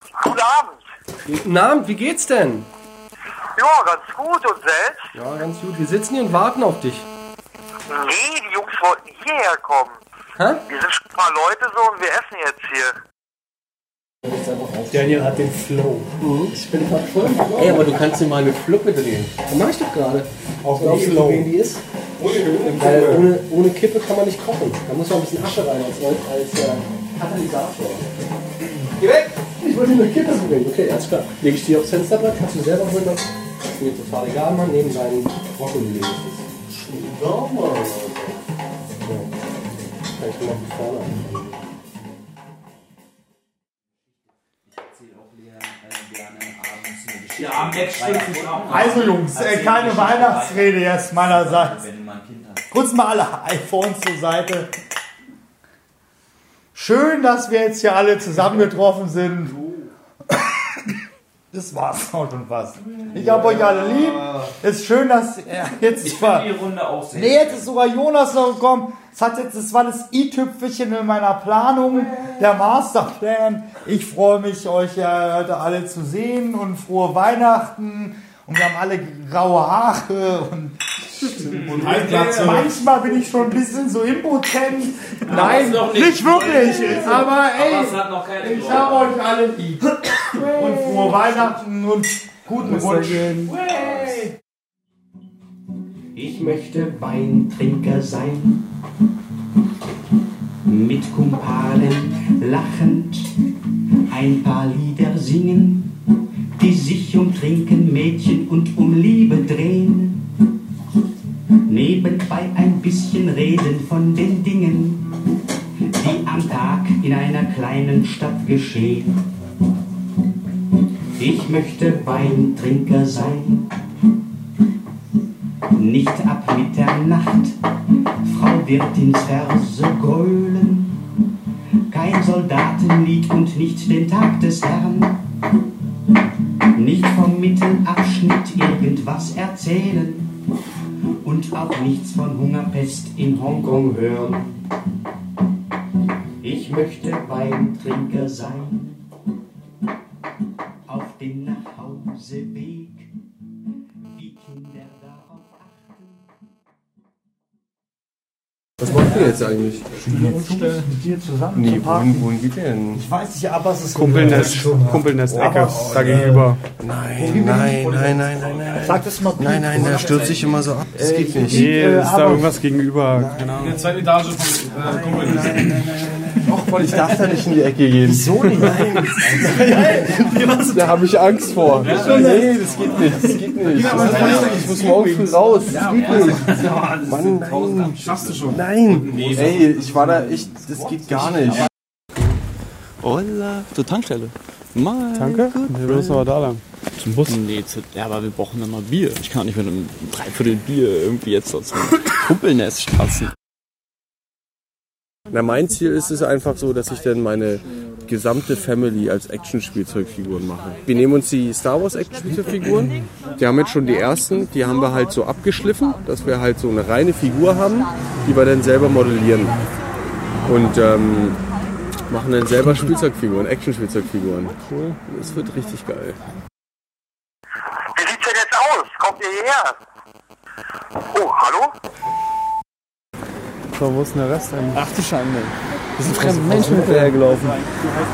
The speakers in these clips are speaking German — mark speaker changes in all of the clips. Speaker 1: Guten Abend.
Speaker 2: Guten Abend, wie geht's denn?
Speaker 1: Ja, ganz gut. Und selbst?
Speaker 2: Ja, ganz gut. Wir sitzen hier und warten auf dich.
Speaker 1: Nee, die Jungs wollten hierher kommen.
Speaker 2: Hä?
Speaker 1: Wir sind schon ein paar Leute so und wir essen jetzt hier.
Speaker 3: Daniel hat den Flow.
Speaker 4: Ich bin gerade voll.
Speaker 2: Ey, aber du kannst dir mal eine Fluppe drehen.
Speaker 4: Das mache ich doch gerade.
Speaker 3: Auf
Speaker 4: Glaubst du,
Speaker 3: Low.
Speaker 4: für wen die ist? Weil ohne, ohne Kippe kann man nicht kochen. Da muss man ein bisschen Asche rein als, als äh, Katalysator. Geh weg! Ich wollte nur Kippe bringen. Okay, alles klar. Lege ich die aufs Fensterbrett, kannst du selber holen. Das ist mir total egal, Mann. Neben seinen Brokkoli lege ich das. Ja. Kann ich mal von vorne anfangen.
Speaker 5: Ja, Max stimmt sich auch.
Speaker 3: Also Jungs, äh, keine Weihnachtsrede jetzt meinerseits.
Speaker 5: Wenn du mal ein Kind hast.
Speaker 3: Kurz mal alle iPhones zur Seite. Schön, dass wir jetzt hier alle zusammengetroffen sind. Das war's auch schon fast. Ich hab euch alle lieb. Ist schön, dass ja, jetzt
Speaker 5: Ich
Speaker 3: ist
Speaker 5: finde
Speaker 3: mal.
Speaker 5: die Runde auch sehr.
Speaker 3: Nee, jetzt ist sogar Jonas noch gekommen. Es hat jetzt, das war das i-Tüpfelchen in meiner Planung, der Masterplan. Ich freue mich, euch ja heute alle zu sehen und frohe Weihnachten. Und wir haben alle graue Haare und manchmal bin ich schon ein bisschen so impotent. Nein,
Speaker 5: ist doch
Speaker 3: nicht,
Speaker 5: nicht-
Speaker 3: wirklich. Aber ey,
Speaker 5: Aber es hat noch keine
Speaker 3: ich habe euch alle lieb. Und frohe Weihnachten und guten Rutsch.
Speaker 6: Ich möchte Weintrinker sein, mit Kumpanen lachend, ein paar Lieder singen, die sich um Trinken, Mädchen und um Liebe drehen. Nebenbei ein bisschen reden von den Dingen, die am Tag in einer kleinen Stadt geschehen. Ich möchte Weintrinker sein nicht ab Mitternacht. Frau wird ins Verse grölen, kein Soldatenlied und nicht den Tag des Herrn. Nicht vom Mittelabschnitt irgendwas erzählen und auch nichts von Hungerpest in Hongkong hören. Ich möchte Weintrinker sein. Auf dem Nachhauseweg, wie Kinder darauf achten.
Speaker 2: Was macht ihr jetzt eigentlich?
Speaker 3: Mit dir zusammen
Speaker 7: Nee,
Speaker 3: zum
Speaker 7: wohin,
Speaker 3: Parken.
Speaker 7: wohin geht ihr denn?
Speaker 3: Ich weiß nicht, aber es ist
Speaker 7: Kumpelnest, Kumpelnest Ecke, da gegenüber. Nein, nein, nein, nein, nein, nein.
Speaker 3: Sag das mal Piet.
Speaker 7: Nein, nein, der stürzt sich immer so ab. Das geht nicht.
Speaker 3: Nee,
Speaker 7: Nee,
Speaker 3: äh,
Speaker 7: ist
Speaker 3: aber-
Speaker 7: da irgendwas gegenüber. Keine Ahnung. In der zweiten Etage von Kumpelnest. Ich darf da nicht in die Ecke gehen. Wieso nicht? Nein. ne? Da habe ich Angst vor. Nee, das geht nicht. Das geht nicht. Ich muss morgen früh raus. Das geht nicht. Mann, nein. Schaffst du schon. Nein. Ey, ich war da echt. Das geht gar nicht.
Speaker 8: Olla. Zur Tankstelle. Mal.
Speaker 7: Danke. Wir müssen aber da lang.
Speaker 8: Zum Bus. Nee, zu, ja, aber wir brauchen dann mal Bier. Ich kann auch nicht mit einem Dreiviertel Bier irgendwie jetzt so zum Kumpelnest statzen.
Speaker 7: Na, mein Ziel ist es einfach so, dass ich dann meine gesamte Family als Action-Spielzeugfiguren mache. Wir nehmen uns die Star Wars Action-Spielzeugfiguren. Die haben jetzt schon die ersten, die haben wir halt so abgeschliffen, dass wir halt so eine reine Figur haben, die wir dann selber modellieren. Und ähm, machen dann selber Spielzeugfiguren, Action-Spielzeugfiguren. Cool. Das wird richtig geil.
Speaker 1: Wie sieht's denn jetzt aus? Kommt ihr hierher? Oh, hallo?
Speaker 7: So, wo ist denn der Rest eigentlich?
Speaker 8: Ach du Schande. Wir sind fremden Menschen hinterhergelaufen.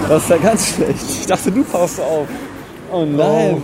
Speaker 8: Das ist ja ganz schlecht. Ich dachte, du paust auf. Oh nein.